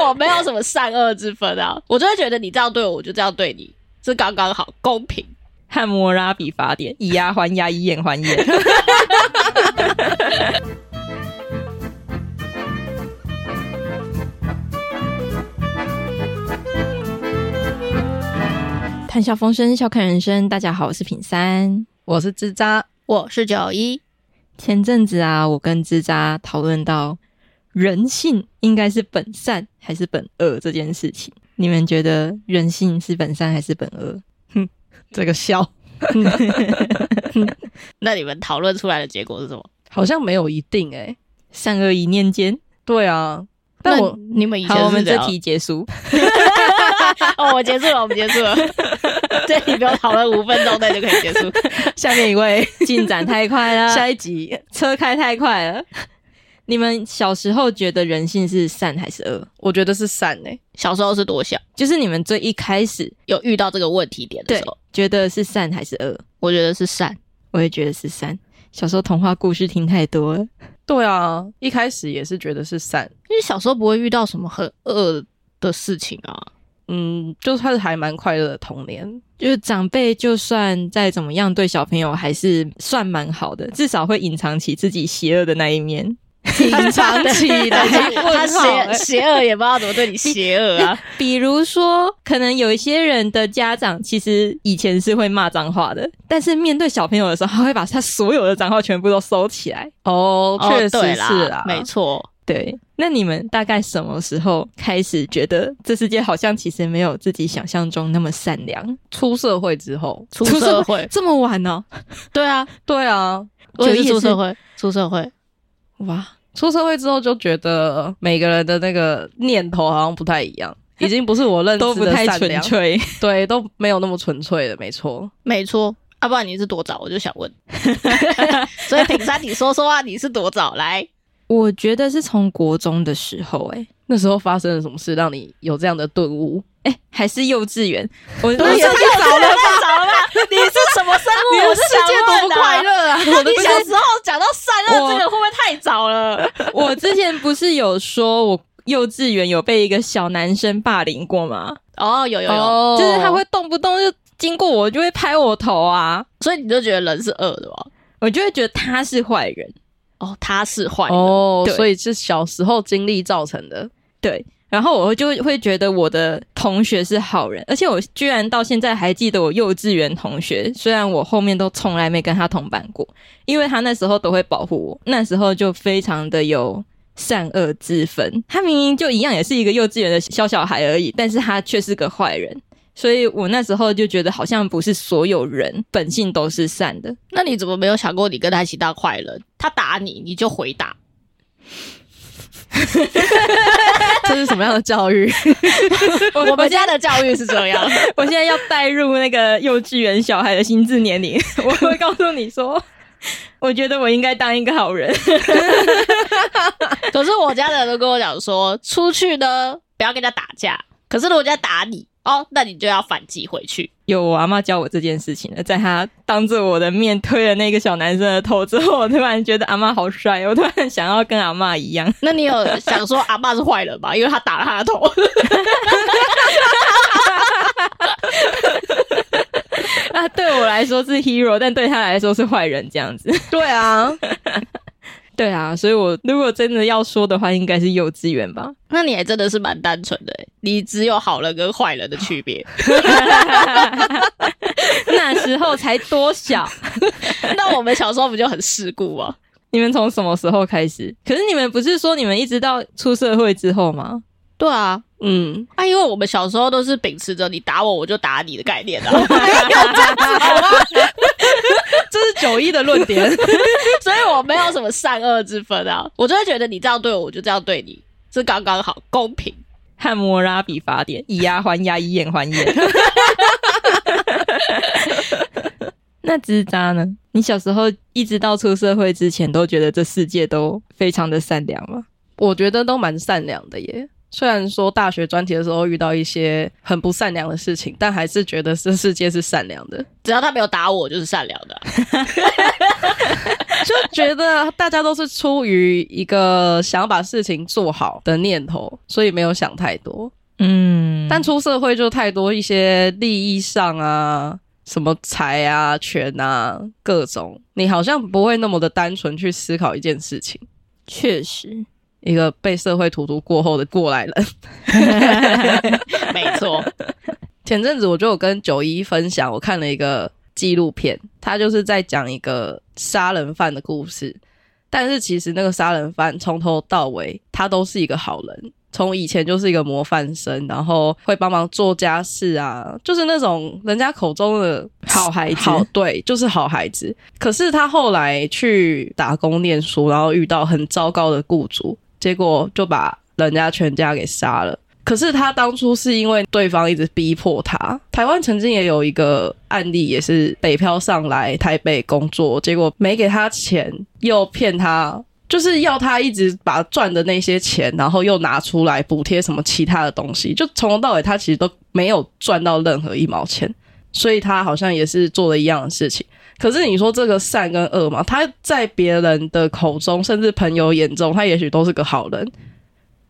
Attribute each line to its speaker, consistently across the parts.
Speaker 1: 我没有什么善恶之分啊， 我就会觉得你这样对我，我就这样对你，是刚刚好，公平。
Speaker 2: 汉谟拉比法典，以牙还牙，以眼还眼。谈笑风生，笑看人生。大家好，我是品三。
Speaker 3: 我是吱喳，
Speaker 1: 我是九一，
Speaker 2: 前阵子啊，我跟吱喳讨论到人性应该是本善还是本恶这件事情，你们觉得人性是本善还是本恶？
Speaker 3: 这个笑
Speaker 1: 那你们讨论出来的结果是什么？
Speaker 3: 好像没有一定哎、
Speaker 2: 善恶一念间。
Speaker 3: 对啊，但
Speaker 1: 那
Speaker 3: 我
Speaker 1: 你们以前
Speaker 2: 好，我
Speaker 1: 是
Speaker 2: 们
Speaker 1: 怎
Speaker 2: 这
Speaker 1: 样
Speaker 2: 题结束。
Speaker 1: 哦，我结束了，我们结束了， 这题不用讨论五分钟内就可以结束。
Speaker 3: 下面一位，
Speaker 2: 进展太快了，
Speaker 3: 下一集，
Speaker 2: 车开太快了。你们小时候觉得人性是善还是恶？
Speaker 3: 我觉得是善哎、
Speaker 1: 小时候是多小？
Speaker 2: 就是你们最一开始
Speaker 1: 有遇到这个问题点的时候，
Speaker 2: 觉得是善还是恶？
Speaker 1: 我觉得是善。
Speaker 2: 我也觉得是善。小时候童话故事听太多了，
Speaker 3: 对啊，一开始也是觉得是善，
Speaker 1: 因为小时候不会遇到什么很恶的事情啊。
Speaker 3: 嗯，就算是还蛮快乐的童年。
Speaker 2: 就是长辈就算再怎么样对小朋友，还是算蛮好的，至少会隐藏起自己邪恶的那一面。
Speaker 3: 隐 藏 起来
Speaker 1: 他
Speaker 3: 问号欸
Speaker 1: 邪邪恶也不知道怎么对你邪恶啊。
Speaker 2: 比如说，可能有一些人的家长其实以前是会骂脏话的，但是面对小朋友的时候，他会把他所有的脏话全部都收起来。
Speaker 3: 哦，
Speaker 1: 哦
Speaker 3: 确实
Speaker 1: 对
Speaker 3: 是啊
Speaker 1: 啦
Speaker 3: 啦，，
Speaker 1: 没错。
Speaker 2: 对，那你们大概什么时候开始觉得这世界好像其实没有自己想象中那么善良？
Speaker 3: 出社会之后，
Speaker 1: 出社
Speaker 2: 社
Speaker 1: 会，
Speaker 2: 这么晚哦？
Speaker 1: 对啊，
Speaker 3: 对啊，
Speaker 1: 我也
Speaker 2: 九
Speaker 1: 是
Speaker 2: 一也
Speaker 1: 出社
Speaker 2: 是
Speaker 1: 会，出社会。
Speaker 2: 哇，
Speaker 3: 出社会之后就觉得每个人的那个念头好像不太一样，已经不是我认
Speaker 2: 都
Speaker 3: 识
Speaker 2: 不
Speaker 3: 的
Speaker 2: 太
Speaker 3: 善
Speaker 2: 纯
Speaker 3: 良，
Speaker 2: 粹。
Speaker 3: 对，都没有那么纯粹的，没错。
Speaker 1: 没错，要、不然你是多早？我就想问。 所以品山，你说说啊，你是多早来？
Speaker 2: 我觉得是从国中的时候、欸，
Speaker 3: 那时候发生了什么事让你有这样的顿悟？
Speaker 2: 哎、还是幼稚园，我我
Speaker 1: 也
Speaker 2: 是
Speaker 1: 太早了吧？早了吧？你是什么生物？我
Speaker 3: 的
Speaker 1: 是
Speaker 3: 世
Speaker 1: 想
Speaker 3: 界多
Speaker 1: 问
Speaker 3: 不
Speaker 1: 的
Speaker 3: 快乐啊！ 我的
Speaker 1: 你
Speaker 3: 不
Speaker 1: 小
Speaker 3: 是
Speaker 1: 时候讲到善恶这个会不会太早了？
Speaker 2: 我之前不是有说我幼稚园有被一个小男生霸凌过吗？
Speaker 1: 哦，有有有，
Speaker 3: 哦
Speaker 2: 就是他会动不动就经过我就会拍我头啊，
Speaker 1: 所以你就觉得人是恶的吗？
Speaker 2: 我就会觉得他是坏人。
Speaker 1: 哦，他是坏人，
Speaker 3: 哦
Speaker 2: 对，
Speaker 3: 所以是小时候经历造成的。
Speaker 2: 对，然后我就会觉得我的同学是好人，而且我居然到现在还记得我幼稚园同学，虽然我后面都从来没跟他同班过，因为他那时候都会保护我，那时候就非常的有。善恶之分，他明明就一样，也是一个幼稚园的小小孩而已，但是他却是个坏人，所以我那时候就觉得好像不是所有人本性都是善的，
Speaker 1: 那你怎么没有想过你跟他一起当坏人？他打你，你就回打。
Speaker 3: 这是什么样的教育？
Speaker 1: 我们家的教育是这样，
Speaker 2: 我现在要带入那个幼稚园小孩的心智年龄， 我会告诉你说，我觉得我应该当一个好人。
Speaker 1: 可是我家的人都跟我讲说，出去呢不要跟人家打架。可是如果人家打你，哦，那你就要反击回去。
Speaker 2: 有我阿妈教我这件事情的，在她当着我的面推了那个小男生的头之后，我突然觉得阿妈好帅，我突然想要跟阿妈一样。
Speaker 1: 那你有想说阿爸是坏人吗？因为他打了 他的头。
Speaker 2: 那对我来说是 hero，但对他来说是坏人这样子。
Speaker 3: 对啊，
Speaker 2: 对啊，所以我如果真的要说的话，应该是幼稚园吧。
Speaker 1: 那你还真的是蛮单纯的欸，你只有好人跟坏人的区别。
Speaker 2: 那时候才多小，
Speaker 1: 那我们小时候不就很世故吗？
Speaker 2: 你们从什么时候开始？可是你们不是说你们一直到出社会之后吗？
Speaker 1: 对啊，
Speaker 3: 嗯，
Speaker 1: 啊，因为我们小时候都是秉持着你打我我就打你的概念啊，没有这样子好吗？
Speaker 3: 这是九一的论点。
Speaker 1: 所以我没有什么善恶之分啊，我就会觉得你这样对我，我就这样对你，是刚刚好，公平。
Speaker 2: 汉谟拉比法典，以牙还牙，以眼还眼。 那吱喳呢？你小时候一直到出社会之前，都觉得这世界都非常的善良吗？
Speaker 3: 我觉得都蛮善良的耶。虽然说大学专题的时候遇到一些很不善良的事情，但还是觉得这世界是善良的。
Speaker 1: 只要他没有打我，我就是善良的啊、
Speaker 3: 就觉得大家都是出于一个想要把事情做好的念头，所以没有想太多。
Speaker 2: 嗯，
Speaker 3: 但出社会就太多一些利益上啊，什么财啊、权啊，各种，你好像不会那么的单纯去思考一件事情。
Speaker 2: 确实，
Speaker 3: 一个被社会荼毒过后的过来人，
Speaker 1: 没错，
Speaker 3: 前阵子我就有跟九一分享，我看了一个纪录片，他就是在讲一个杀人犯的故事。但是其实那个杀人犯从头到尾，他都是一个好人，从以前就是一个模范生，然后会帮忙做家事啊，就是那种人家口中的
Speaker 2: 好孩子
Speaker 3: 好对，就是好孩子。可是他后来去打工念书，然后遇到很糟糕的雇主，结果就把人家全家给杀了。可是他当初是因为对方一直逼迫他。台湾曾经也有一个案例，也是北漂上来台北工作，结果没给他钱，又骗他，就是要他一直把赚的那些钱，然后又拿出来补贴什么其他的东西，就从头到尾他其实都没有赚到任何一毛钱，所以他好像也是做了一样的事情。可是你说这个善跟恶嘛，他在别人的口中，甚至朋友眼中，他也许都是个好人，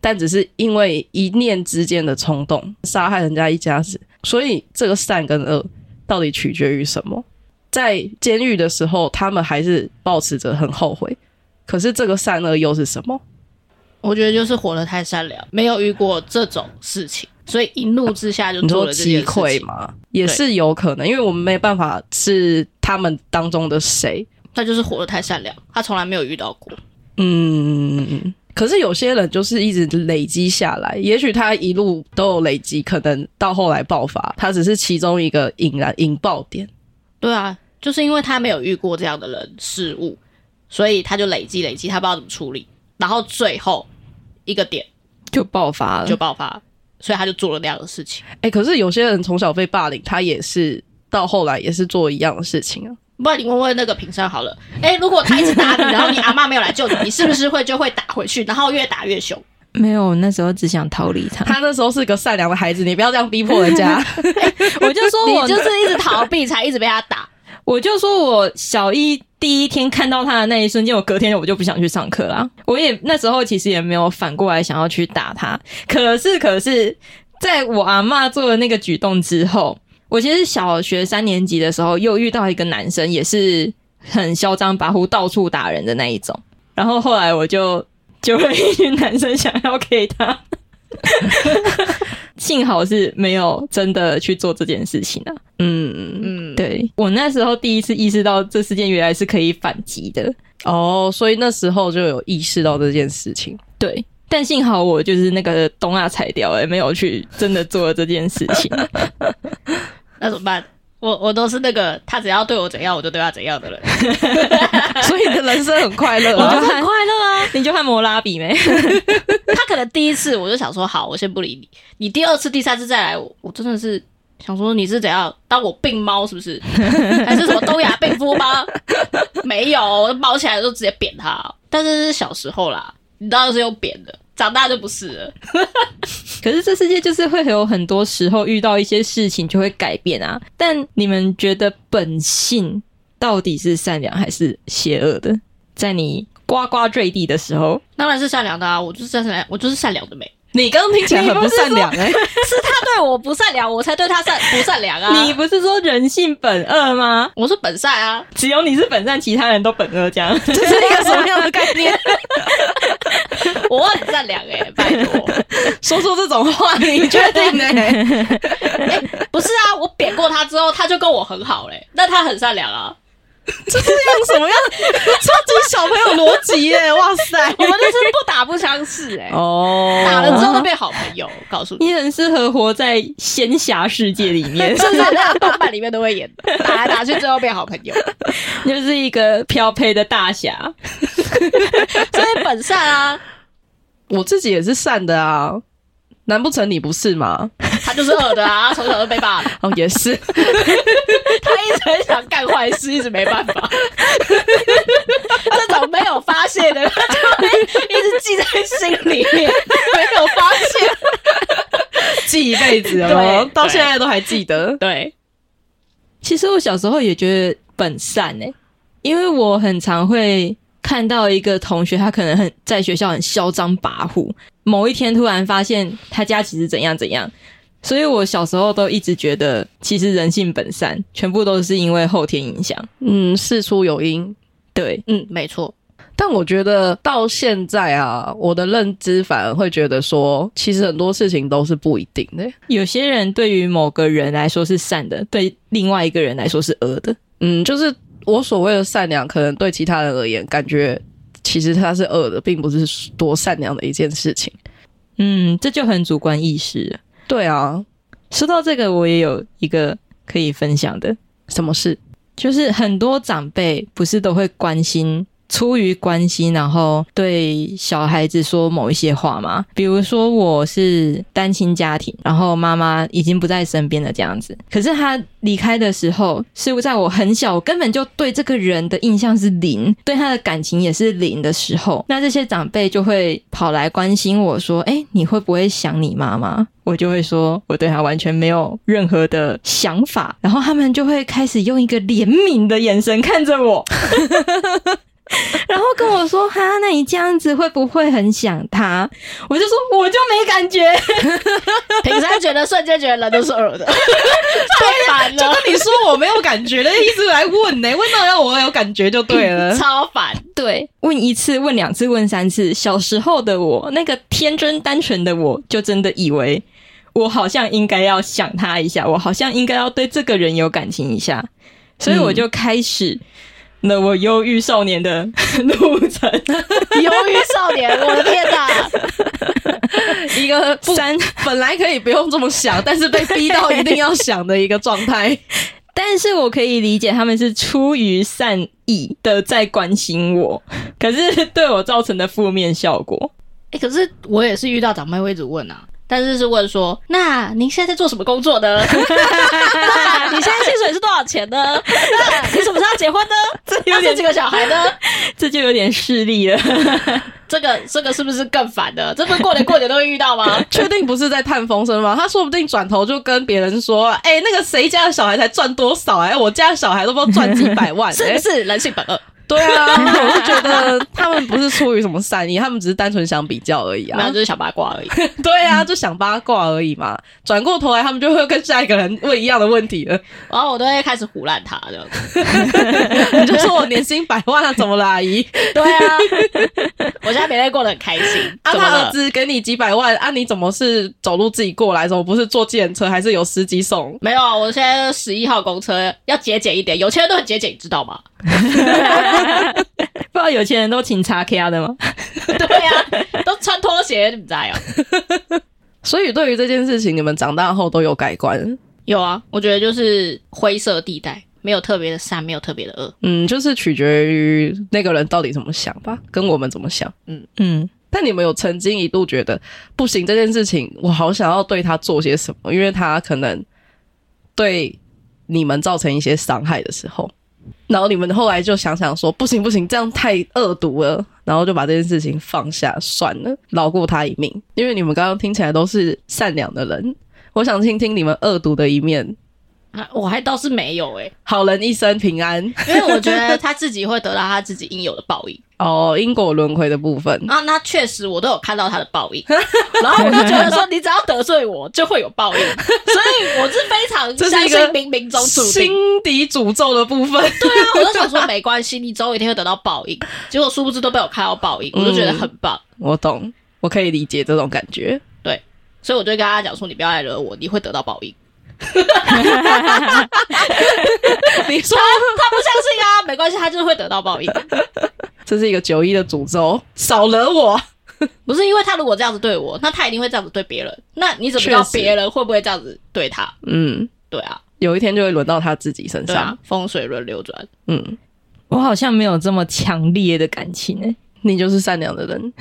Speaker 3: 但只是因为一念之间的冲动杀害人家一家子，所以这个善跟恶到底取决于什么？在监狱的时候，他们还是保持着很后悔，可是这个善恶又是什么？
Speaker 1: 我觉得就是活得太善良，没有遇过这种事情，所以一怒之下就
Speaker 3: 你
Speaker 1: 做
Speaker 3: 说
Speaker 1: 了这件
Speaker 3: 击
Speaker 1: 事情
Speaker 3: 溃。吗？也是有可能，因为我们没办法是他们当中的谁。
Speaker 1: 他就是活得太善良，他从来没有遇到过。
Speaker 3: 嗯，可是有些人就是一直累积下来，也许他一路都有累积，可能到后来爆发，他只是其中一个引燃引爆点。
Speaker 1: 对啊，就是因为他没有遇过这样的人事物，所以他就累积累积，他不知道怎么处理，然后最后一个点
Speaker 2: 就爆发
Speaker 1: 就
Speaker 2: 了。
Speaker 1: 爆发，所以他就做了那样的事情。
Speaker 3: 哎、可是有些人从小被霸凌，他也是到后来也是做一样的事情啊。
Speaker 1: 不然你问问那个平山好了，哎、如果他一直打你，然后你阿妈没有来救你，你是不是会就会打回去，然后越打越凶？
Speaker 2: 没有，那时候只想逃离他。
Speaker 3: 他那时候是个善良的孩子，你不要这样逼迫人 家。
Speaker 2: 我就 说我
Speaker 1: 你就是一直逃避，才一直被他打。
Speaker 2: 我就说我小一第一天看到他的那一瞬间，我隔天我就不想去上课啦。我也那时候其实也没有反过来想要去打他，可是可是，在我阿嬷做了那个举动之后，我其实小学三年级的时候又遇到一个男生，也是很嚣张跋扈、到处打人的那一种。然后后来我就就会一群男生想要给他。 幸好是没有真的去做这件事情啊，
Speaker 3: 嗯，
Speaker 1: 嗯，
Speaker 2: 对我那时候第一次意识到这事件原来是可以反击的，
Speaker 3: 哦，所以那时候就有意识到这件事情。
Speaker 2: 对。但幸好我就是那个东亚踩掉、欸，没有去真的做了这件事 情。
Speaker 1: 那怎么办？我我都是那个他只要对我怎样，我就对他怎样的人。
Speaker 3: 所以你的人生很快乐、
Speaker 2: 我就很
Speaker 3: 啊。
Speaker 2: 快乐啊！你就和摩拉比没？
Speaker 1: 他可能第一次我就想说好，我先不理你。你第二次、第三次再来，我我真的是想说你是怎样当我病猫是不 是？还是什么东亚病夫吗？没有，我猫起来就直接扁他。但是是小时候啦，你当然是用扁的，长大就不是了。
Speaker 2: 可是这世界就是会有很多时候遇到一些事情就会改变啊。但你们觉得本性到底是善良还是邪恶的？在你呱呱坠地的时候，
Speaker 1: 当然是善良的啊，我就是善良，我就是善良的美。
Speaker 3: 你刚刚听起来很不善良
Speaker 2: 欸
Speaker 3: 哎、
Speaker 1: 是他对我不善良，我才对他善不善良啊。
Speaker 2: 你不是说人性本恶吗？
Speaker 1: 我是本善啊，
Speaker 2: 只有你是本善，其他人都本恶，这样 这
Speaker 3: 这是一个什么样的概念？
Speaker 1: 我很善良哎、拜托。
Speaker 3: 说出这种话，你确定呢、
Speaker 2: 欸
Speaker 1: 不是啊，我扁过他之后，他就跟我很好嘞、欸那他很善良啊。
Speaker 3: 这是用什么样的超级小朋友逻辑耶？哇塞！
Speaker 1: 我们就是不打不相识哎、
Speaker 3: 哦
Speaker 1: 打了之后就变好朋友，我告诉你， ，
Speaker 2: 你很适合活在仙侠世界里面
Speaker 1: 是不是那个动漫里面都会演的？打来打去之后变好朋友，
Speaker 2: 就是一个漂配的大侠。
Speaker 1: 所以本善啊，
Speaker 3: 我自己也是善的啊，难不成你不是吗？
Speaker 1: 他就是恶的啊，从小就被霸凌，
Speaker 3: 哦，也 是，
Speaker 1: 他一直很想干坏事，一直没办法。这种没有发泄的，他就会一直记在心里面，没有发泄。
Speaker 3: 记一辈子哦
Speaker 1: 对，
Speaker 3: 到现在都还记得。
Speaker 1: 对，
Speaker 2: 其实我小时候也觉得本善诶、欸因为我很常会看到一个同学，他可能很在学校很嚣张跋扈，某一天突然发现他家其实怎样怎样，所以我小时候都一直觉得，其实人性本善，全部都是因为后天影响。
Speaker 3: 嗯，事出有因。
Speaker 2: 对，
Speaker 1: 嗯，没错，
Speaker 3: 但我觉得到现在啊，我的认知反而会觉得说，其实很多事情都是不一定的。欸
Speaker 2: 有些人对于某个人来说是善的，对另外一个人来说是恶的。
Speaker 3: 嗯，就是我所谓的善良，可能对其他人而言，感觉其实它是恶的，并不是多善良的一件事情。
Speaker 2: 嗯，这就很主观意识了。
Speaker 3: 对啊，
Speaker 2: 说到这个，我也有一个可以分享的，
Speaker 3: 什么事？
Speaker 2: 就是很多长辈不是都会关心，出于关心，然后对小孩子说某一些话嘛。比如说我是单亲家庭，然后妈妈已经不在身边了这样子。可是他离开的时候，是在我很小，我根本就对这个人的印象是零，对他的感情也是零的时候，那这些长辈就会跑来关心我说：“哎，你会不会想你妈妈？”我就会说我对他完全没有任何的想法，然后他们就会开始用一个怜悯的眼神看着 我，然后跟我说：“哈，那你这样子会不会很想他？”我就说我就没感觉，
Speaker 1: 平常觉得瞬间觉得人都是恶的，太烦了，
Speaker 3: 你说我没有感觉的，一直来问呢、问到要我有感觉就对了
Speaker 1: 超烦。
Speaker 2: 对，问一次，问两次，问三次。小时候的我，那个天真单纯的我，就真的以为我好像应该要想他一下，我好像应该要对这个人有感情一下，所以我就开始了我忧郁少年的路程。
Speaker 1: 忧郁少年，我的天 哪！
Speaker 3: 一个不
Speaker 2: 三，
Speaker 3: 本来可以不用这么想，但是被逼到一定要想的一个状态。
Speaker 2: 但是我可以理解他们是出于善意的在关心我，可是对我造成的负面效果。
Speaker 1: 哎、可是我也是遇到长辈会一直问啊，但是是问说，那您现在在做什么工作呢？那 你现在薪水是多少钱呢？那你什么时候要结婚 呢？那生几个小孩呢？
Speaker 2: 这就有点势利了。
Speaker 1: 这个这个是不是更烦的？这不是过年过节都会遇到吗？
Speaker 3: 确定不是在探风声吗？他说不定转头就跟别人说：“哎、那个谁家的小孩才赚多少、哎，我家的小孩都不知道赚几百 万、
Speaker 1: 是
Speaker 3: 哎
Speaker 1: 不是人性本恶？
Speaker 3: 对啊，我就觉得他们不是出于什么善意，他们只是单纯想比较而已
Speaker 1: 然
Speaker 3: 啊
Speaker 1: 后。就是小八卦而已。
Speaker 3: 对啊，就想八卦而已嘛。转过头来，他们就会跟下一个人问一样的问题了。
Speaker 1: 然后我都会开始胡乱他这样子。
Speaker 3: 你就说我年薪百万啊，怎么了，阿姨？
Speaker 1: 对啊，我现在每天过得很开心。
Speaker 3: 啊，
Speaker 1: 怎么
Speaker 3: 他儿
Speaker 1: 了？
Speaker 3: 子给你几百万，啊，你怎么是走路自己过来？怎么不是坐计程车，还是有司机送？
Speaker 1: 没有啊，我现在十一号公车要节俭一点，有钱人都很节俭，你知道 吗？
Speaker 2: 不知道有钱人都请查 K R 的吗？
Speaker 1: 对啊，都穿拖鞋，你们在啊？
Speaker 3: 所以对于这件事情，你们长大后都有改观。
Speaker 1: 有啊，我觉得就是灰色地带，没有特别的善，没有特别的恶。
Speaker 3: 嗯，就是取决于那个人到底怎么想吧，跟我们怎么想。
Speaker 2: 嗯，
Speaker 3: 但你们有曾经一度觉得不行这件事情，我好想要对他做些什么，因为他可能对你们造成一些伤害的时候，然后你们后来就想想说，不行不行，这样太恶毒了，然后就把这件事情放下算了，饶过他一命。因为你们刚刚听起来都是善良的人，我想听听你们恶毒的一面。
Speaker 1: 啊，我还倒是没有诶、
Speaker 3: 好人一生平安
Speaker 1: 因为我觉得他自己会得到他自己应有的报 应。
Speaker 3: 哦，因果轮回的部分。
Speaker 1: 啊，那确实我都有看到他的报 应，然后我就觉得说，你只要得罪我，就会有报 应。所以我是非常
Speaker 3: 这是
Speaker 1: 相
Speaker 3: 一个
Speaker 1: 信冥冥中注定。
Speaker 3: 心底诅咒的部分。
Speaker 1: 对啊，我就想说没关系，你总有一天会得到报应。结果殊不知都被我看到报应，我就觉得很棒，
Speaker 3: 我懂，我可以理解这种感觉。
Speaker 1: 所以我就跟他讲说，你不要来惹我，你会得到 报应。
Speaker 3: 你说
Speaker 1: 他不相信啊，没关系，他就是会得到报应。
Speaker 3: 这是一个九一的诅咒，少惹我。
Speaker 1: 不是因为他如果这样子对我，那他一定会这样子对别人。那你怎么知道
Speaker 3: 确实
Speaker 1: 别人会不会这样子对他？
Speaker 3: 嗯，
Speaker 1: 对啊，
Speaker 3: 有一天就会轮到他自己身
Speaker 1: 对
Speaker 3: 上。
Speaker 1: 啊，风水轮流转。
Speaker 3: 嗯，
Speaker 2: 我好像没有这么强烈的感情诶、
Speaker 3: 你就是善良的人。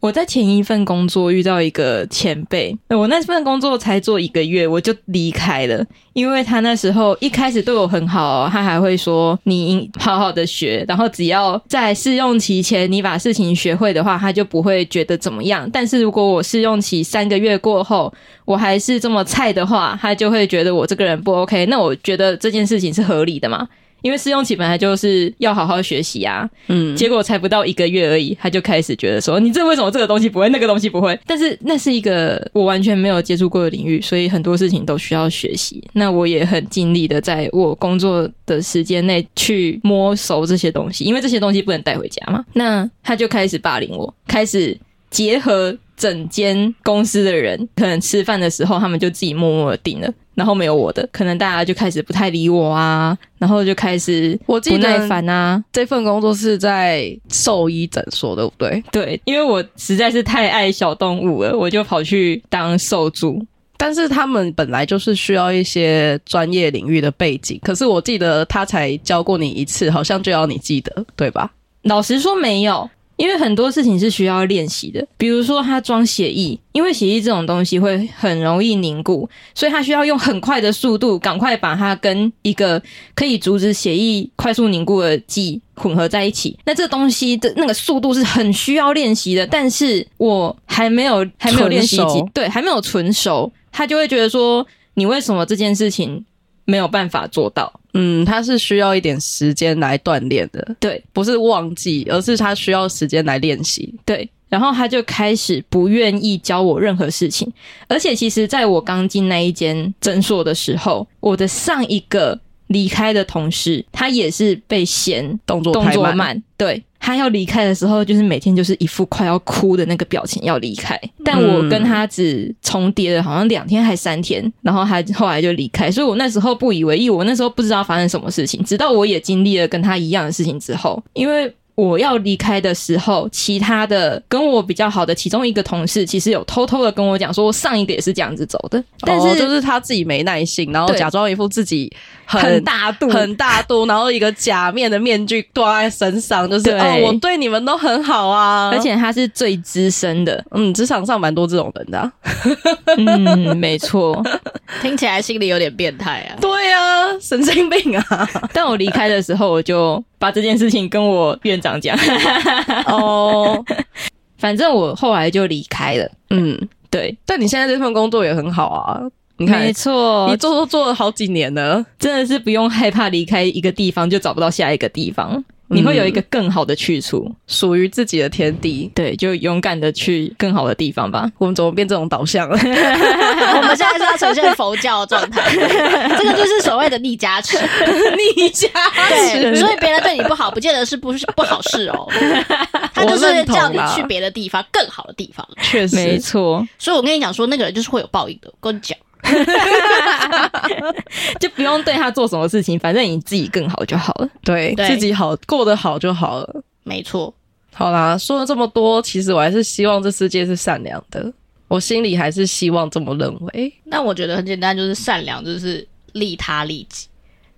Speaker 2: 我在前一份工作遇到一个前辈，我那份工作才做一个月我就离开了，因为他那时候一开始对我很好哦、他还会说你应好好的学，然后只要在试用期前你把事情学会的话，他就不会觉得怎么样。但是如果我试用期三个月过后我还是这么菜的话，他就会觉得我这个人不 OK。那我觉得这件事情是合理的嘛？因为试用期本来就是要好好学习啊，
Speaker 3: 嗯，
Speaker 2: 结果才不到一个月而已，他就开始觉得说，你这为什么这个东西不会，那个东西不会？但是那是一个我完全没有接触过的领域，所以很多事情都需要学习。那我也很尽力的在我工作的时间内去摸熟这些东西，因为这些东西不能带回家嘛。那他就开始霸凌我，开始结合整间公司的人，可能吃饭的时候他们就自己默默的订了。然后没有我的，可能大家就开始不太理我啊，然后就开始
Speaker 3: 我记
Speaker 2: 不
Speaker 3: 得
Speaker 2: 耐烦啊，
Speaker 3: 这份工作是在兽医诊所，对不对？
Speaker 2: 对，因为我实在是太爱小动物了，我就跑去当兽助。
Speaker 3: 但是他们本来就是需要一些专业领域的背景。可是我记得他才教过你一次，好像就要你记得，对吧？
Speaker 2: 老实说，没有，因为很多事情是需要练习的。比如说，他装血液，因为血液这种东西会很容易凝固，所以他需要用很快的速度，赶快把它跟一个可以阻止血液快速凝固的剂混合在一起。那这东西的那个速度是很需要练习的，但是我还没有还没有练习
Speaker 3: 纯
Speaker 2: 几
Speaker 3: 熟，
Speaker 2: 对，还没有纯熟，他就会觉得说，你为什么这件事情没有办法做到？
Speaker 3: 嗯，他是需要一点时间来锻炼的，
Speaker 2: 对，
Speaker 3: 不是忘记，而是他需要时间来练习。
Speaker 2: 对，然后他就开始不愿意教我任何事情，而且其实在我刚进那一间诊所的时候，我的上一个离开的同事，他也是被嫌
Speaker 3: 动作
Speaker 2: 动
Speaker 3: 太
Speaker 2: 作
Speaker 3: 慢，
Speaker 2: 慢，对。他要离开的时候，就是每天就是一副快要哭的那个表情要离开，
Speaker 3: 嗯
Speaker 2: 但我跟他只重叠了好像两天还三天，然后他后来就离开，所以我那时候不以为意，我那时候不知道发生什么事情，直到我也经历了跟他一样的事情之后，因为。我要离开的时候，其他的跟我比较好的其中一个同事，其实有偷偷的跟我讲说，我上一个也是这样子走的，但是、
Speaker 3: 哦就是他自己没耐性，然后
Speaker 2: 对
Speaker 3: 假装一副自己很
Speaker 2: 很大度，嗯
Speaker 3: 很大度，然后一个假面的面具挂在身上，就是
Speaker 2: 对
Speaker 3: 哦，我对你们都很好啊。
Speaker 2: 而，且他是最资深 的，
Speaker 3: 嗯，职场上蛮多这种人的啊、
Speaker 2: 嗯，没错。
Speaker 1: 听起来心里有点变态啊。
Speaker 3: 对啊，神经病啊！
Speaker 2: 但我离开的时候，我就把这件事情跟我院长讲。
Speaker 3: 哦，
Speaker 2: 反正我后来就离开了。
Speaker 3: 嗯，
Speaker 2: 对，
Speaker 3: 但你现在这份工作也很好啊。你看，
Speaker 2: 没
Speaker 3: 你
Speaker 2: 错，
Speaker 3: 做都做了好几年了。
Speaker 2: 真的是不用害怕离开一个地方就找不到下一个地方，你会有一个更好的去处。
Speaker 3: 属于自己的天地，
Speaker 2: 对，就勇敢的去更好的地方吧。
Speaker 3: 我们怎么变这种导 向了？
Speaker 1: 我们现在是要呈现佛教的状 态，这个就是所谓的逆加持。
Speaker 3: 逆家
Speaker 1: 对，所以别人对你不好， 不见得是不是不好事 哦，他就
Speaker 3: 我
Speaker 1: 是
Speaker 3: 认同
Speaker 1: 叫你
Speaker 3: 啦
Speaker 1: 去别的地方，更好的地方。
Speaker 3: 确
Speaker 2: 没
Speaker 3: 实，
Speaker 2: 错，
Speaker 1: 所以我跟你讲说，那个人就是会有报应的。我跟你讲，
Speaker 2: 就不用对他做什么事情，反正你自己更好就好了。
Speaker 3: 对
Speaker 1: 对
Speaker 3: 自己好，过得好就好了。
Speaker 1: 没错，
Speaker 3: 好啦，说了这么多，其实我还是希望这世界是善良的，我心里还是希望这么认为。
Speaker 1: 那我觉得很简单，就是善良，就是利他利己。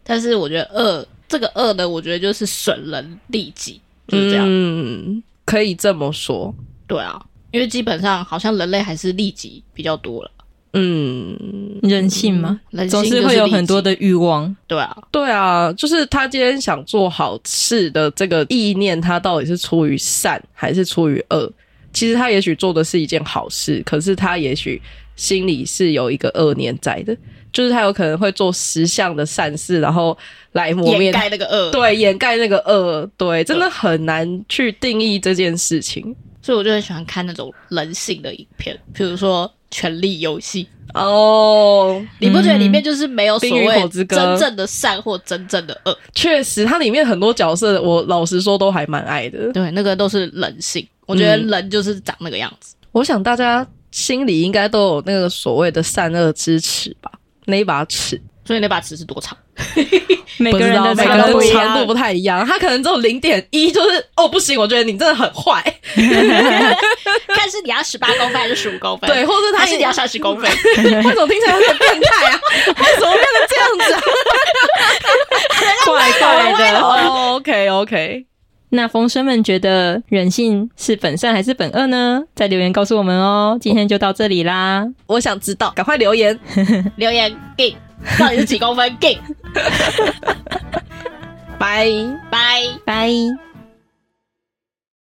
Speaker 1: 但是我觉得恶，这个恶呢，我觉得就是损人利己，就是这样。
Speaker 3: 嗯，可以这么说。
Speaker 1: 对啊，因为基本上好像人类还是利己比较多了，
Speaker 3: 嗯，
Speaker 2: 人性嘛，
Speaker 1: 人性
Speaker 2: 总
Speaker 1: 就是是
Speaker 2: 会有
Speaker 1: 利己
Speaker 2: 很多的欲望。
Speaker 1: 对啊，
Speaker 3: 对啊，就是他今天想做好事的这个意念，他到底是出于善还是出于恶？其实他也许做的是一件好事，可是他也许心里是有一个恶念在的，就是他有可能会做十项的善事，然后来磨灭
Speaker 1: 掩盖那个恶。
Speaker 3: 对，掩盖那个恶，对，真的很难去定义这件事情。
Speaker 1: 所以我就很喜欢看那种人性的影片，比如说《权力游戏》，
Speaker 3: 哦，
Speaker 1: 你不觉得里面就是没有所
Speaker 3: 冰与火
Speaker 1: 谓
Speaker 3: 之
Speaker 1: 真
Speaker 3: 歌
Speaker 1: 正的善或真正的恶？
Speaker 3: 确实，它里面很多角色，我老实说都还蛮爱的。
Speaker 1: 对，那个都是人性。我觉得人就是长那个样子。
Speaker 3: 我想大家心里应该都有那个所谓的善恶之尺吧，那一把尺，
Speaker 1: 所以那把尺是多 长？
Speaker 2: 每
Speaker 3: 不
Speaker 2: 个
Speaker 3: 知
Speaker 2: 人
Speaker 3: 道
Speaker 2: 的
Speaker 3: 每
Speaker 2: 长
Speaker 3: 个
Speaker 2: 度
Speaker 3: 人
Speaker 2: 不
Speaker 3: 的
Speaker 2: 一
Speaker 3: 长
Speaker 2: 样
Speaker 3: 度不太一样，它可能只有零点一，就是哦不行，我觉得你真的很坏，
Speaker 1: 看是你要十八公分还是十五公分？
Speaker 3: 对，，或是他
Speaker 1: 还是你 要三十公分？
Speaker 3: 为什么听起来有点变态啊？ 为什么变成这样子啊？
Speaker 2: 怪怪 的。
Speaker 3: 哦，OK OK，
Speaker 2: 那风声们觉得人性是本善还是本恶呢？在留言告诉我们哦。今天就到这里啦，
Speaker 3: 我想知道，赶快留言。
Speaker 1: 留言 gay，到底是几公分 gay？
Speaker 3: 拜。
Speaker 1: 拜。
Speaker 2: 拜。